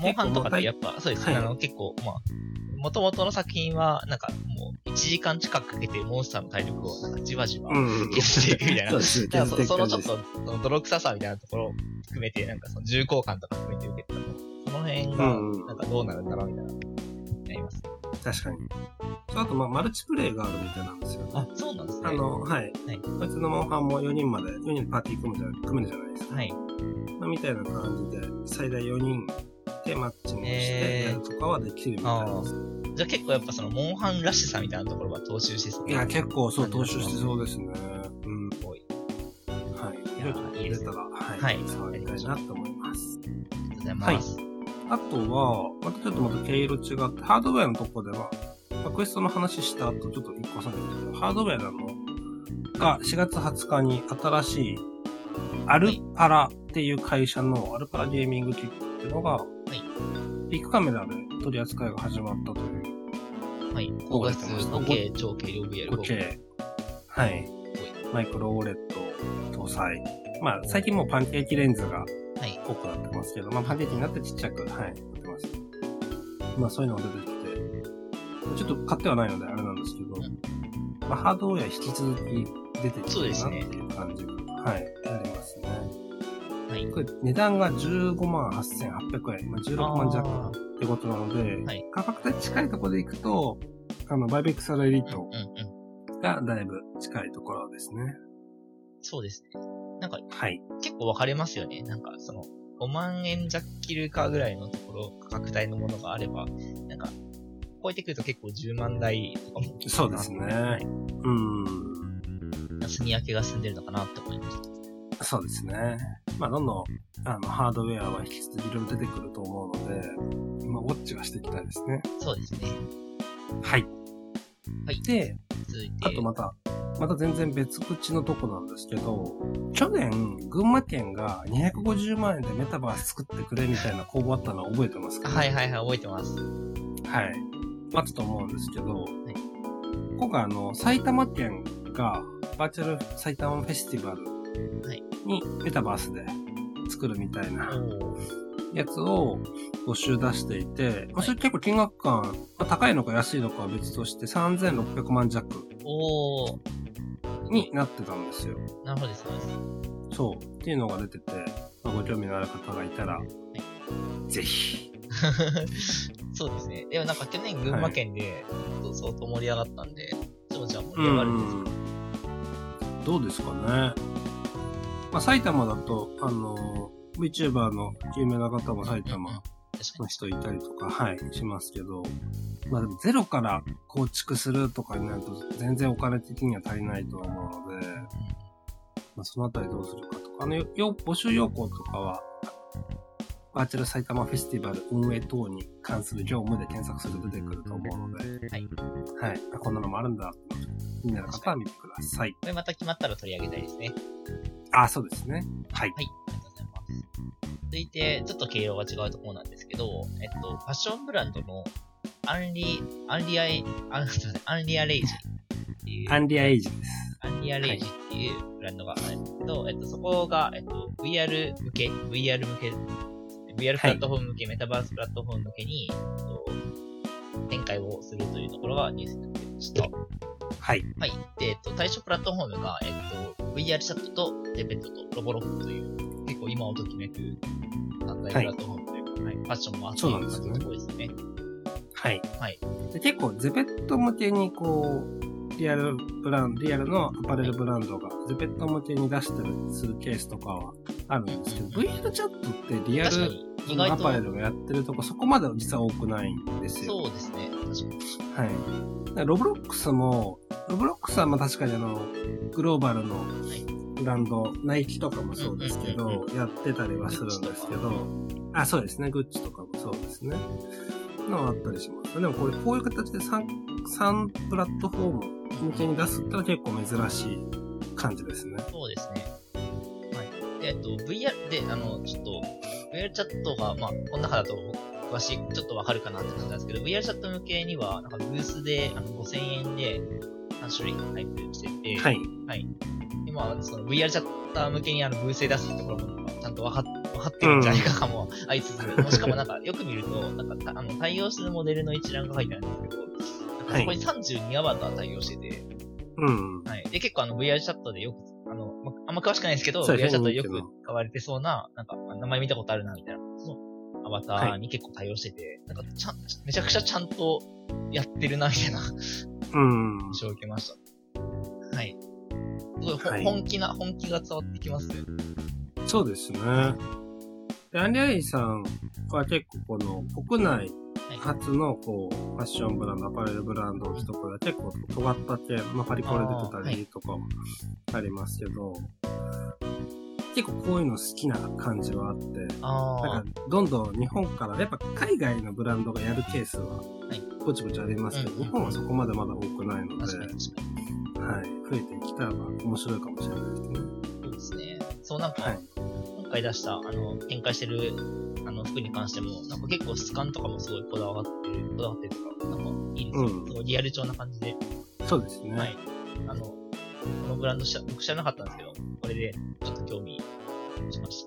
Speaker 1: モンハンとかってやっぱ、そうですね。
Speaker 2: はい
Speaker 1: あの、結構、まあ、元々の作品は、なんかもう、1時間近くかけてモンスターの体力を、なんかじわじわ、
Speaker 2: うん
Speaker 1: 削っていくみたいな
Speaker 2: そうですね。
Speaker 1: だからそ
Speaker 2: 削
Speaker 1: そ
Speaker 2: ってい
Speaker 1: の
Speaker 2: く
Speaker 1: ちょっ
Speaker 2: 感じです
Speaker 1: と、その泥臭さみたいなところを含めて、なんかその重厚感とか含めて受けてたの。その辺が
Speaker 2: うんう、ん
Speaker 1: なんかどうなるんだろうみたいな、なります。
Speaker 2: 確かに。とあと、まあ、マルチプレイがあるみたいなんですよ、ね。
Speaker 1: あ、そうなんですね。
Speaker 2: あの、はい。
Speaker 1: はい
Speaker 2: こいつのモンハンも4人まで、4人でパーティー組むじゃ組めるじゃないですか。
Speaker 1: はい。
Speaker 2: まあ、みたいな感じで、最大4人でマッチングして
Speaker 1: えー
Speaker 2: やるとかはできるみたいです。
Speaker 1: じゃあ結構やっぱその、モンハンらしさみたいなところは踏襲してそう
Speaker 2: いや、結構そう、
Speaker 1: 感じが
Speaker 2: 投資してそうですね。うん。
Speaker 1: すごい。
Speaker 2: は
Speaker 1: い
Speaker 2: い。
Speaker 1: やーいいですね
Speaker 2: 出たら、はい。
Speaker 1: はい
Speaker 2: 触りたいなと思います。
Speaker 1: ありがとうございます。
Speaker 2: あとは、またちょっとまた毛色違って、ハードウェアのとこでは、まあクエストの話した後、ちょっと一個挟んでるんですけど、ハードウェアなのが4月20日に新しいアルパラっていう会社のアルパラゲーミングキットっていうのが、ビッグカメラで取り扱いが始まったという
Speaker 1: はい。5月の軽超軽量 VR ゴーグル
Speaker 2: 5K。はい。マイクロオレット搭載。まあ、最近もうパンケーキレンズが
Speaker 1: い
Speaker 2: 多くなってますけど、まあ、パンケーキになってちっちゃく、はい、なってます。まあ、そういうのが出てきて、ちょっと買ってはないのであれなんですけど、まあ、ハードウェア引き続き出てき
Speaker 1: そう
Speaker 2: て
Speaker 1: で
Speaker 2: る
Speaker 1: す
Speaker 2: なっ
Speaker 1: ね
Speaker 2: ていう感じが、はい、ありますね。
Speaker 1: はい。
Speaker 2: これ値段が15万8800円、まあ、16万弱
Speaker 1: あー
Speaker 2: ってことなので、
Speaker 1: はい
Speaker 2: 価格帯近いところでいくと、あの、バイベックサルエリート、
Speaker 1: うんうん。
Speaker 2: がだいぶ近いところですね。
Speaker 1: そうですね。
Speaker 2: はい。
Speaker 1: 結構分かれますよね。なんか、その、5万円弱切るかぐらいのところ、価格帯のものがあれば、なんか、超えてくると結構10万台とかも、
Speaker 2: そうですね。うん。
Speaker 1: 休み明けが進んでるのかなって思います。
Speaker 2: そうですね。まあ、どんどん、あの、ハードウェアは引き続きいろいろ出てくると思うので、まあ、ウォッチはしていきたいですね。
Speaker 1: そうですね。
Speaker 2: はい。
Speaker 1: はい。
Speaker 2: で、
Speaker 1: 続いて、
Speaker 2: あとまた、また全然別口のとこなんですけど、去年、群馬県が250万円でメタバース作ってくれみたいな公募あったの覚えてますか
Speaker 1: はいはいはい、覚えてます。
Speaker 2: はい。あったと思うんですけど、今回あの、埼玉県がバーチャル埼玉フェスティバル
Speaker 1: はい
Speaker 2: にメタバースで作るみたい
Speaker 1: お
Speaker 2: な
Speaker 1: ー
Speaker 2: やつを募集出していて、まあ、それ結構金額感、まあ高いのか安いのかは別として3600万弱
Speaker 1: おー
Speaker 2: になってたんですよ。
Speaker 1: なるほどです、そうです。
Speaker 2: そう。っていうのが出てて、まあご興味のある方がいたら、ぜひ。
Speaker 1: <laughs> そうですね。でもなんか去年群馬県で、そう相当盛り上がったんで、ちょっとじゃあ盛り上がるんです
Speaker 2: うんどうですかね。まあ、埼玉だと、あの、VTuber の有名な方も埼
Speaker 1: けど。うんうん
Speaker 2: 玉
Speaker 1: 確か
Speaker 2: の人いたりとか、はい、しますけど、まあでもゼロから構築するとかになると、全然お金的には足りないとは思うので、まあ、そのあたりどうするかとか、あの、よよ募集要項とかは、バーチャル埼玉フェスティバル運営等に関する業務で検索すると出てくると思うので、
Speaker 1: はい。
Speaker 2: はい。あこんなのもあるんだ、みんなの方は見てください。
Speaker 1: これまた決まったら取り上げたいですね。
Speaker 2: あ、そうですね。は
Speaker 1: は
Speaker 2: い。
Speaker 1: い、ありがとうございます。続いて、ちょっと形容が違うところなんですけど、えっと、ファッションブランドのアンリ、アンリアエ、あ、すいません、アンリアレイジっていう、
Speaker 2: ア
Speaker 1: アン
Speaker 2: ンリアエイジです。
Speaker 1: リアレイジっていうブランドがあるんですけど、えっと、そこが、えっと、VR 向け、VR 向け、VR プラットフォーム向け、メタバースプラットフォーム向けに、えっと、展開をするというところがニュースになってました。
Speaker 2: はい。
Speaker 1: はい。で、えっと、対象プラットフォームが、えっと、VR チャットと、デペットと、ロボロックという、結構今をときめく、団体プラットフォームというか、はい、ファッションも熱い
Speaker 2: そうなんですよね
Speaker 1: ところですね。
Speaker 2: はい。
Speaker 1: はい。
Speaker 2: で結構、ゼペット向けに、こう、リアルブランド、リアルのアパレルブランドが、ゼペット向けに出したりするケースとかはあるんですけど、VR チャットってリア
Speaker 1: 確か
Speaker 2: ル
Speaker 1: に、意外
Speaker 2: アパレ
Speaker 1: と、
Speaker 2: ルがやってるとこ、そこまでは実は多くないんですよ。
Speaker 1: そうですね。確かに。
Speaker 2: はい。だからロブロックスも、ロブロックスはまあ確かにあの、グローバルのブランド、ナイキとかもそうですけ
Speaker 1: うんうん
Speaker 2: ど、やってたりはするんですけど、あ、そうですね、グッチとかもそうですね。のはあったりします。でもこれ、こういう形で 3, 三プラットフォーム向けに出すってのは結構珍しい感じですね。
Speaker 1: そうですね。はい。で、えっと、VR で、あの、ちょっと、VR チャットが、まあ、この中だと、詳しい、ちょっとわかるかなって感じなんですけど、VR チャット向けには、なんかブースで、あの、5000円で、3種類配布してて、
Speaker 2: はい。
Speaker 1: 今、その VR チャッター向けにあの、ブースで出すってところも、ちゃんと分かっ分かってるんじゃないかかも、あいつつ、もしかもなんか、よく見ると、なんか、たあの、対応するモデルの一覧が書いてあるんですけど、なんかそこに32アバター対応してて、
Speaker 2: うん。
Speaker 1: はい。で、結構あの、VR チャットでよく、あの、まあんま詳しくないんですけど、
Speaker 2: そう
Speaker 1: VR
Speaker 2: です
Speaker 1: チ
Speaker 2: ね
Speaker 1: ャットでよ
Speaker 2: 見て
Speaker 1: く
Speaker 2: る
Speaker 1: 使われてそうな、なんか、あ名前見たことあるな、みたいな。そのアバターに結構対応してて、なんかちゃん、めちゃくちゃちゃんとやってるな、みたいな
Speaker 2: うん。
Speaker 1: 印象を受けました。はい。すごいほ
Speaker 2: はい
Speaker 1: 本気な、本気が伝わってきますね。
Speaker 2: そうですね。で、アンリアイさんは結構この国内
Speaker 1: はい。
Speaker 2: 初のこうファッションブランド、アパレルブランドを取得で結構尖った系、まあパリコレ出てたりとかもありますけど、結構こういうの好きな感じはあって、な
Speaker 1: あ
Speaker 2: んかどんどん日本から、やっぱ海外のブランドがやるケースはぼちぼちありますけど、
Speaker 1: うん
Speaker 2: 日本はそこまでまだ多くないの
Speaker 1: あ、
Speaker 2: で、は
Speaker 1: 確かに
Speaker 2: い、
Speaker 1: 確かに。
Speaker 2: 増えてきたら面白いかもしれないですね。
Speaker 1: そうですね。そう、なんか、
Speaker 2: はい
Speaker 1: 今回出した、あの、展開してる、あの、服に関しても、なんか結構質感とかもすごいこだわってる、こだわってるとか、なんかいいですよ。
Speaker 2: うん
Speaker 1: すごいリアル調な感じで。
Speaker 2: そうですね。
Speaker 1: はい。あの、このブランドし僕知らなかったんですけど、これでちょっと興味しまし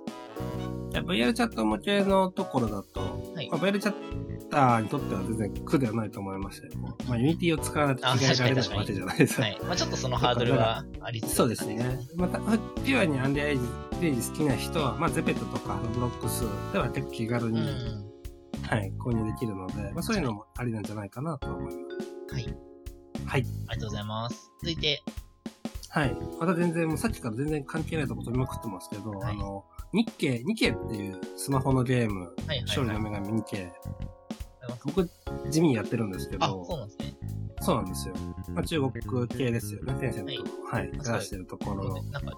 Speaker 2: やっぱ VR チャット向けのところだと、
Speaker 1: はい
Speaker 2: まあ、VR チャッターにとっては全然苦ではないと思いましたよ。まあ、Unity を使わないと
Speaker 1: あ
Speaker 2: 違いが出
Speaker 1: 確かに
Speaker 2: な
Speaker 1: 確か
Speaker 2: い
Speaker 1: に
Speaker 2: わけじゃないです
Speaker 1: た。は
Speaker 2: か。
Speaker 1: い。まあちょっとそのハードルはありつつ。
Speaker 2: <laughs> そうですね。。また、ピュアにアンリアイジレイジ好きな人は、まあ、ゼペットとかのブロックスでは結構気軽
Speaker 1: うん
Speaker 2: に、。はい、購入できるので、まあ、そういうのもありなんじゃないかなと思います。
Speaker 1: ありがとうございます。続いて、
Speaker 2: はい。また全然、もうさっきから全然関係ないとこ飛びまくってますけど、
Speaker 1: はい
Speaker 2: あの、日経、日経っていうスマホのゲー
Speaker 1: は
Speaker 2: ム、
Speaker 1: いはい、はい。
Speaker 2: 勝利の女神日経
Speaker 1: ります。
Speaker 2: 僕、地味にやってるんですけ
Speaker 1: あ、そう
Speaker 2: ど、
Speaker 1: なんですね。
Speaker 2: そうなんですよ。まあ、中国系ですよね、テンセントの。はい。
Speaker 1: あ
Speaker 2: 出
Speaker 1: そう
Speaker 2: してるところの。
Speaker 1: なんか、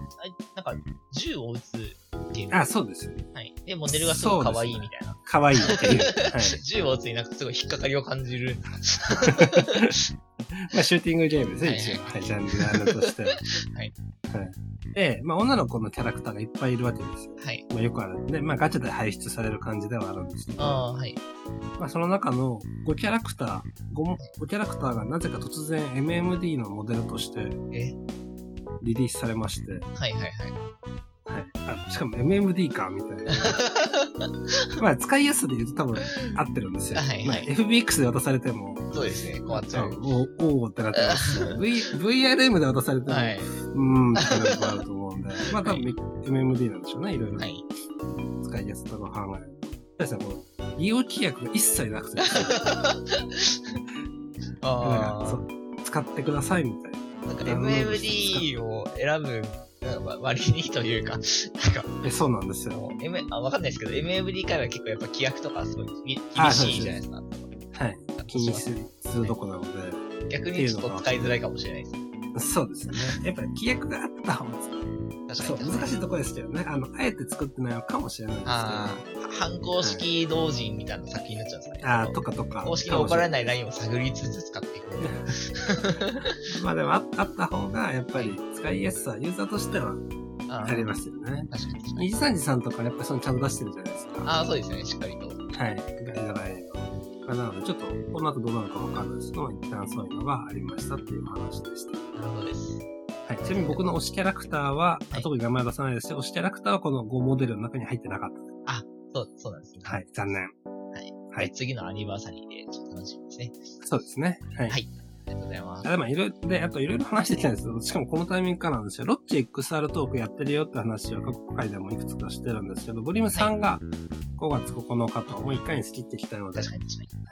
Speaker 1: あなんか、銃を撃つゲーム。
Speaker 2: あ、そうですよね。
Speaker 1: はい。で、モデルがすごい可愛いみたいな。
Speaker 2: 可愛いって
Speaker 1: <laughs>
Speaker 2: いう。はい。
Speaker 1: 銃を撃つになんかすごい引っかかりを感じる。
Speaker 2: まあ、シューティングゲームです
Speaker 1: は
Speaker 2: ね、
Speaker 1: い
Speaker 2: 一応。はい、ジャンルあれとしては。
Speaker 1: <laughs> はい。
Speaker 2: はい。で、まあ、女の子のキャラクターがいっぱいいるわけですよ。
Speaker 1: <laughs> はい。
Speaker 2: まあ、よくある。で、まあ、ガチャで排出される感じではあるんですけど。
Speaker 1: ああー、はい。
Speaker 2: まあ、その中の5キャラクター、5, 5キャラクターがなぜか突然 MMD のモデルとして
Speaker 1: え
Speaker 2: リリースされまして、
Speaker 1: はいはいはい。
Speaker 2: はい、あしかも MMD かみた
Speaker 1: <laughs>
Speaker 2: いな。まあ使いやすさで言うと多分合ってるんですよ。
Speaker 1: はいはい
Speaker 2: まあ FBX で渡されても、
Speaker 1: そうですね。困っちゃう。
Speaker 2: おおーってなってます
Speaker 1: <laughs>
Speaker 2: し、v、VRM で渡されても、
Speaker 1: はい。
Speaker 2: うーんってなるとあると思
Speaker 1: <laughs>
Speaker 2: うんで、まあ多分 MMD なんでしょうね、いろいろ
Speaker 1: はい。
Speaker 2: 使いやすさとか考えると。ただですね、こう利用規約が一切なくてですね、な
Speaker 1: あ
Speaker 2: んか
Speaker 1: あ。
Speaker 2: そう使ってくださいみたいな。
Speaker 1: なんか MMD を選ぶわ割にというか、なんか
Speaker 2: えそうなんですよ。
Speaker 1: もう、M、あ、わかんないですけど、MMD 界は結構やっぱ規約とかすごい厳
Speaker 2: あ
Speaker 1: 厳しい
Speaker 2: そうです
Speaker 1: じゃないですか。
Speaker 2: はい。気にするするとこなので。
Speaker 1: 逆にちょっと使いづらいかもしれないです。
Speaker 2: そうですね。やっぱり規約があった方が、そ
Speaker 1: 確
Speaker 2: う、
Speaker 1: かに確か
Speaker 2: 難
Speaker 1: に。
Speaker 2: しいとこですけどね。あの、あえて作ってないのかもしれないですけど。
Speaker 1: あ
Speaker 2: あ
Speaker 1: あ、反抗式同人みたいな作品になっちゃうんですかね。
Speaker 2: あー、とかとか。
Speaker 1: 公式に怒られ
Speaker 2: い。
Speaker 1: ないラインを探りつつ使っていく。
Speaker 2: まあでもあ、あった方が、やっぱり使いやすさ、ユーザーとしては
Speaker 1: <laughs> ああ、
Speaker 2: あ
Speaker 1: 確
Speaker 2: り
Speaker 1: か
Speaker 2: ますよね。
Speaker 1: に確か
Speaker 2: 二
Speaker 1: に。
Speaker 2: 次三次さんとか、やっぱそのちゃんと出してるじゃないですか。
Speaker 1: ああ、そうですね、しっかりと。
Speaker 2: はい。ガイドラインを。まあなので、ちょっと、この後どうなるかわかんないですけど、一旦そういうのがありましたっていう話でした。
Speaker 1: なるほどです。
Speaker 2: はい、ちなみに僕の推しキャラクターは、あ特に名前は出さないですし、推しキャラクターはこの5モデルの中に入ってなかっ
Speaker 1: そう、そうなんですね。
Speaker 2: た。はい、残念。はい
Speaker 1: 次のアニバーサリーで、ちょっと楽しみですね。
Speaker 2: そうですね。はい。
Speaker 1: はいありがとうございます
Speaker 2: あ。でもいろいろ、で、あといろいろ話してきたんですよ。しかもこのタイミングからなんですよ。ロッチ XR トークやってるよって話を過去回でもいくつかしてるんですけど、ボリューム3が5月9日と、もう1回に仕切ってきたので、
Speaker 1: 確かに確かに。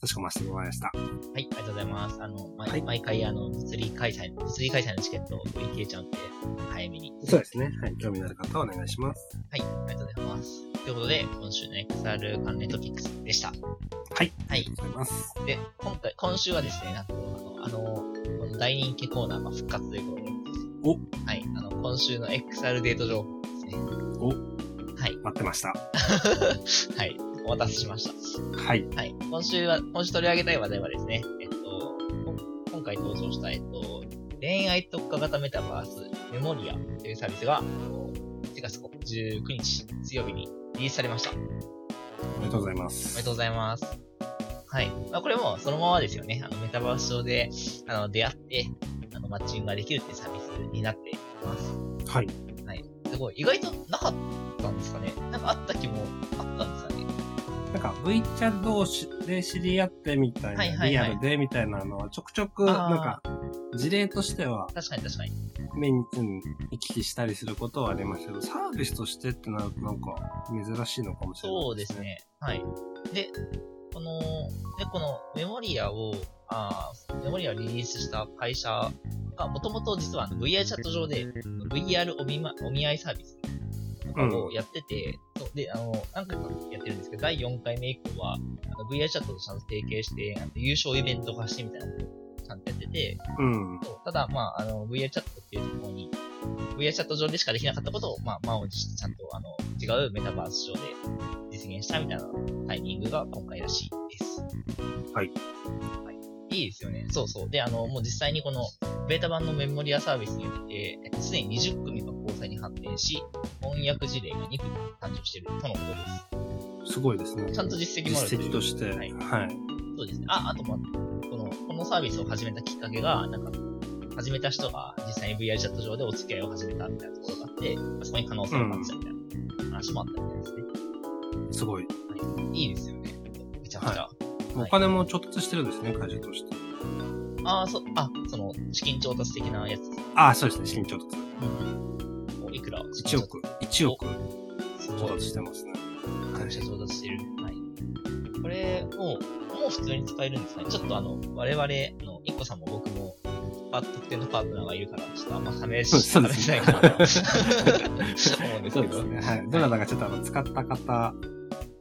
Speaker 2: 差し込ませてもらいました。
Speaker 1: はい、ありがとうございます。あの、ま
Speaker 2: はい
Speaker 1: 毎回、あの、物理開催、物理開催のチケットを売り切れちゃうんで、早めに。
Speaker 2: そうですね。はい。興味のある方はお願いします。
Speaker 1: はい、ありがとうございます。ということで、今週の XR 関連トピックスでした。
Speaker 2: はい。
Speaker 1: は
Speaker 2: あ
Speaker 1: い
Speaker 2: り。がとうございます。
Speaker 1: で、今回、今週はですね、なんと、あの、あのこの大人気コーナーが復活ということで、
Speaker 2: お
Speaker 1: はい、あの、今週の XR デート情報 <laughs> ですね。
Speaker 2: お
Speaker 1: はい、
Speaker 2: 待ってました。
Speaker 1: はい、お待たせしました。
Speaker 2: はい。
Speaker 1: はい。今週は、今週取り上げたい話題はですね、えっと、こ今回登場した、えっと、恋愛特化型メタバースメモリアというサービスが、えっと4月19日、水曜日にリリースされました。おめ
Speaker 2: おめでとうございます。
Speaker 1: でとうございます。はい。まあ、これもそのままですよね。あの、メタバース上で、あの、出会って、あの、マッチングができるっていうサービスになっています。
Speaker 2: はい。
Speaker 1: すごい、意外となかったんですかね。なんかあった気もあったんですかね。
Speaker 2: なんか V チャ同士で知り合ってみたいな、
Speaker 1: はいはいはい
Speaker 2: リアルでみたいなのはちょくちょく、
Speaker 1: あー
Speaker 2: なんか事例としては、
Speaker 1: 確かに確かに。
Speaker 2: 目に、うん、行き来したりすることはありますけど、サービスとしてってなるとなんか珍しいのかもしれない、
Speaker 1: そうです。ね。はい。で、この、で、このメモリアを、あーメモリアをリリースした会社が、もともと実はあの VR チャット上で、VR お見,、ま、お見合いサービスとかをやってて、そうで、あの、何回かやってるんですけど、第4回目以降は、あの VR チャットとちゃんと提携して、あの優勝イベント化してみたいなことをちゃんとやってて、
Speaker 2: うん。
Speaker 1: そうただ、まあ、あの、VR チャットっていうところに、VR チャット上でしかできなかったことを、まあ、満を持してちゃんと、あの、違うメタバース上で実現したみたいなタイミングが今回らしいです。
Speaker 2: はい。
Speaker 1: はい。いいですよね。そうそう。で、あの、もう実際にこの、ベータ版のメモリアサービスによって、えっとすでに20組が交際に発展し、翻訳事例が2組誕生しているとのことです。
Speaker 2: すごいですね。
Speaker 1: ちゃんと実績もある
Speaker 2: 実績として。
Speaker 1: は
Speaker 2: はいい。
Speaker 1: そうですね。あ、あとまあ、この、このサービスを始めたきっかけが、なんか、始めた人が実際に VR チャット上でお付き合いを始めたみたいなところがあって、まあそこに可能性を感じたみたいな話もあったみたいですね。
Speaker 2: すごい。
Speaker 1: いいですよね。めちゃくちゃ。
Speaker 2: お金も調達してるんですね、会社として。
Speaker 1: ああ、そ、あ、その、資金調達的なやつ。
Speaker 2: ああ、そうですね、資金調達。
Speaker 1: もういくら
Speaker 2: 1億、1億
Speaker 1: す
Speaker 2: 調
Speaker 1: ごい
Speaker 2: 達してますね。
Speaker 1: 会社調達してる。はい。これ、もう、もう普通に使えるんですかねちょっとあの、我々、あの、いっこさんも僕も、パ特定のパートナーがいるから、ちょっとあんま試し、
Speaker 2: そうです
Speaker 1: 試せな
Speaker 2: ね
Speaker 1: いかなと思うん <laughs> です
Speaker 2: そ
Speaker 1: け
Speaker 2: うで
Speaker 1: ど、
Speaker 2: すね。はい。どなたかちょっとあの、使った方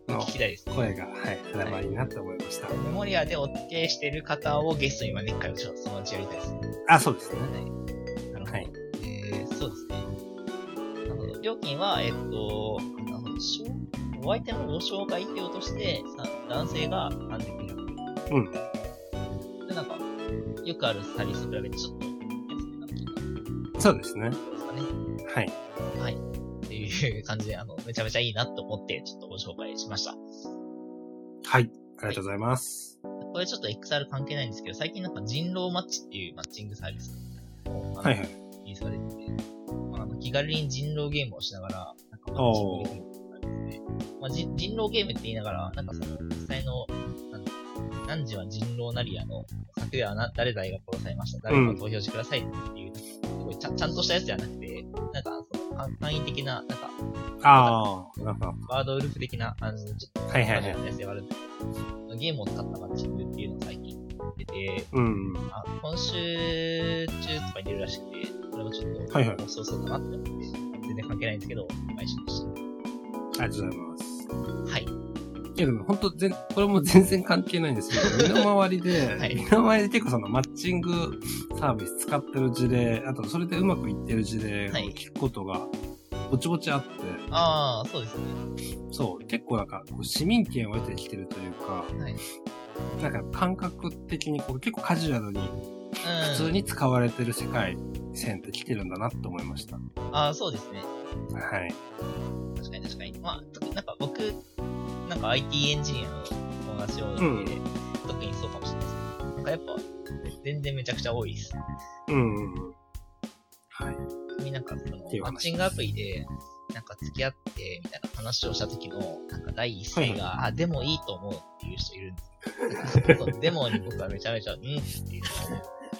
Speaker 2: の
Speaker 1: 聞きたいです。
Speaker 2: 声が、はい、あればいいなって思いました。
Speaker 1: メモリアでお付き合いしてる方をゲストに招くから、ちょっとそのうちやりたいですね。
Speaker 2: あ、そうですね。
Speaker 1: なるほど。
Speaker 2: はい。
Speaker 1: えー、そうですね。なるほど。料金は、えっと、なるほど。しょうお相手のご紹介費用として、さ男性が3900円。
Speaker 2: うん
Speaker 1: で、なんか、よくあるサービスと比べてちょっと安めな金額
Speaker 2: そうですね。
Speaker 1: ですかね。
Speaker 2: はい。
Speaker 1: はい。っていう感じで、あの、めちゃめちゃいいなと思って、ちょっとご紹介しました。
Speaker 2: はい。ありがとうございます。
Speaker 1: これちょっと XR 関係ないんですけど、最近なんか人狼マッチっていうマッチングサービスを、あの
Speaker 2: はいはい。
Speaker 1: リリースが出てて、まあ、あの気軽に人狼ゲームをしながら、なんか楽しくできるって感じですね。まあ、じ人狼ゲームって言いながら、なんかその、実際の、なん何時は人狼なりやの、昨夜はな誰々が殺されました、誰か投票してくださいっていう、すごいちゃんちゃんとしたやつじゃなくて、なんかその、簡簡易的な、なんか、
Speaker 2: ああ、なんか、
Speaker 1: ワードウルフ的な、あの、ちょっと、
Speaker 2: はいはいはい
Speaker 1: やつではあるんですけど、ゲームを使ったマッチングっていうのが最近出てて、
Speaker 2: うん。
Speaker 1: あ今週中とかに出るらしくて、それもちょっと、
Speaker 2: はいはい
Speaker 1: 面白そうだなって思って、全然関係ないんですけど、お願いしまし
Speaker 2: ありがとうございます。
Speaker 1: た。はい。
Speaker 2: いやでも本当全、これも全然関係ないんですけど、身の回りで、
Speaker 1: <laughs> はい
Speaker 2: 身の回りで結構そのマッチングサービス使ってる事例、あとそれでうまくいってる事例を
Speaker 1: はい
Speaker 2: 聞くことが、ぼちぼちあって、
Speaker 1: ああ、そうですね。
Speaker 2: そう、結構なんか、こう市民権を得てきてるというか、
Speaker 1: はい
Speaker 2: なんか感覚的にこう結構カジュアルに
Speaker 1: うん。
Speaker 2: 普通に使われてる世界線って来てるんだなって思いました。
Speaker 1: ああ、そうですね。
Speaker 2: はい。
Speaker 1: 確かに確かに。まあ、特になんか僕、なんか IT エンジニアの友達を見て、特にそうかもしれないですけど、なんかやっぱ、全然めちゃくちゃ多いです。
Speaker 2: うんうんうん。はい。
Speaker 1: になんかその
Speaker 2: っていう話です
Speaker 1: マッチングアプリで、なんか付き合ってみたいな話をした時の、なんか第一声が、あ、でもいいと思うっていう人いるんですよ。そうでもに僕はめちゃめちゃ、うんってい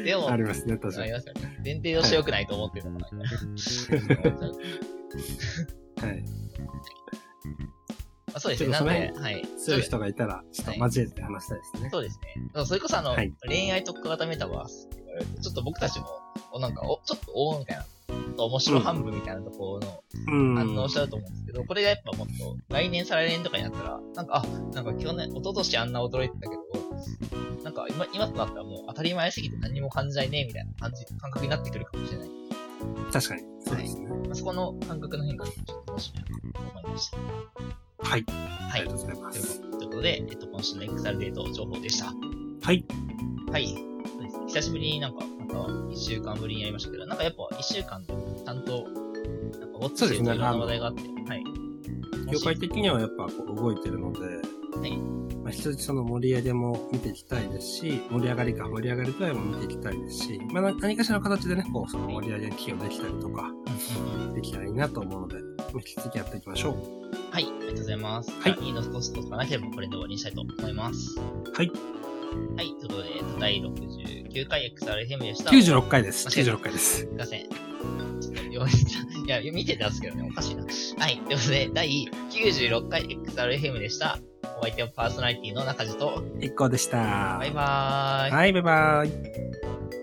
Speaker 1: う。
Speaker 2: <laughs>
Speaker 1: でも、
Speaker 2: あ
Speaker 1: あり
Speaker 2: りますね、確かに。
Speaker 1: ま
Speaker 2: は
Speaker 1: すよね。前提として良くないと思ってるのかな。ま
Speaker 2: い。
Speaker 1: あそうですね。
Speaker 2: ちょ
Speaker 1: な
Speaker 2: っとそ
Speaker 1: の
Speaker 2: の
Speaker 1: で、はい。
Speaker 2: そういう人がいたら、ちょっと交えて話したいですね。
Speaker 1: そうですね。それこそあの、
Speaker 2: はい
Speaker 1: 恋愛特化型メタバースって言われると、ちょっと僕たちも、おなんか、お、ちょっと、おーみたいな、ちょっと面白半分みたいなところの
Speaker 2: うん。
Speaker 1: 反応しちゃうと思うんですけど、これがやっぱもっと、来年再来年とかになったら、なんか、あ、なんか去年、一昨年あんな驚いてたけど、なんか今、今となったらもう当たり前すぎて何も感じないね、みたいな感じ、感覚になってくるかもしれない。
Speaker 2: 確かに。そうですね。
Speaker 1: まあそこの感覚の変化がちょっと楽しみだなと思いました。
Speaker 2: はい。あ
Speaker 1: は
Speaker 2: り
Speaker 1: い
Speaker 2: が。とうございま
Speaker 1: というこ
Speaker 2: す。
Speaker 1: とということで、えっと、今週の XR デート情報でした。
Speaker 2: はい。
Speaker 1: はい。そうですね久しぶりになんか、また1週間ぶりにやりましたけど、なんかやっぱ1週間でちゃんと、なんかウォッチしてるいろんな話題があって、はい。
Speaker 2: 業界的にはやっぱこう動いてるので、
Speaker 1: い
Speaker 2: まあ、一つその盛り上げも見ていきたいですし、盛り上がりか盛り上がり具合も見ていきたいですし、まあ、な何かしらの形でね、こう、その盛り上げ企業できたりとか、できたらいいなと思うので、まあ引き続きやっていきましょう。
Speaker 1: はい、ありがとうございます。
Speaker 2: は
Speaker 1: じ
Speaker 2: い
Speaker 1: ゃあ。いいの少しとかなければこれで終わりにしたいと思います。
Speaker 2: はい。
Speaker 1: はい、ということで、えっと第69回 XRFM でした。
Speaker 2: 96回です。96回です。す
Speaker 1: いません。 <laughs> いや、見てたんですけどね、おかしいな。はい、ということで、第96回 XRFM でした。お相手はパーソナリティの中地と、
Speaker 2: 一行でした。
Speaker 1: バイバーイ。
Speaker 2: はい、バイバーイ。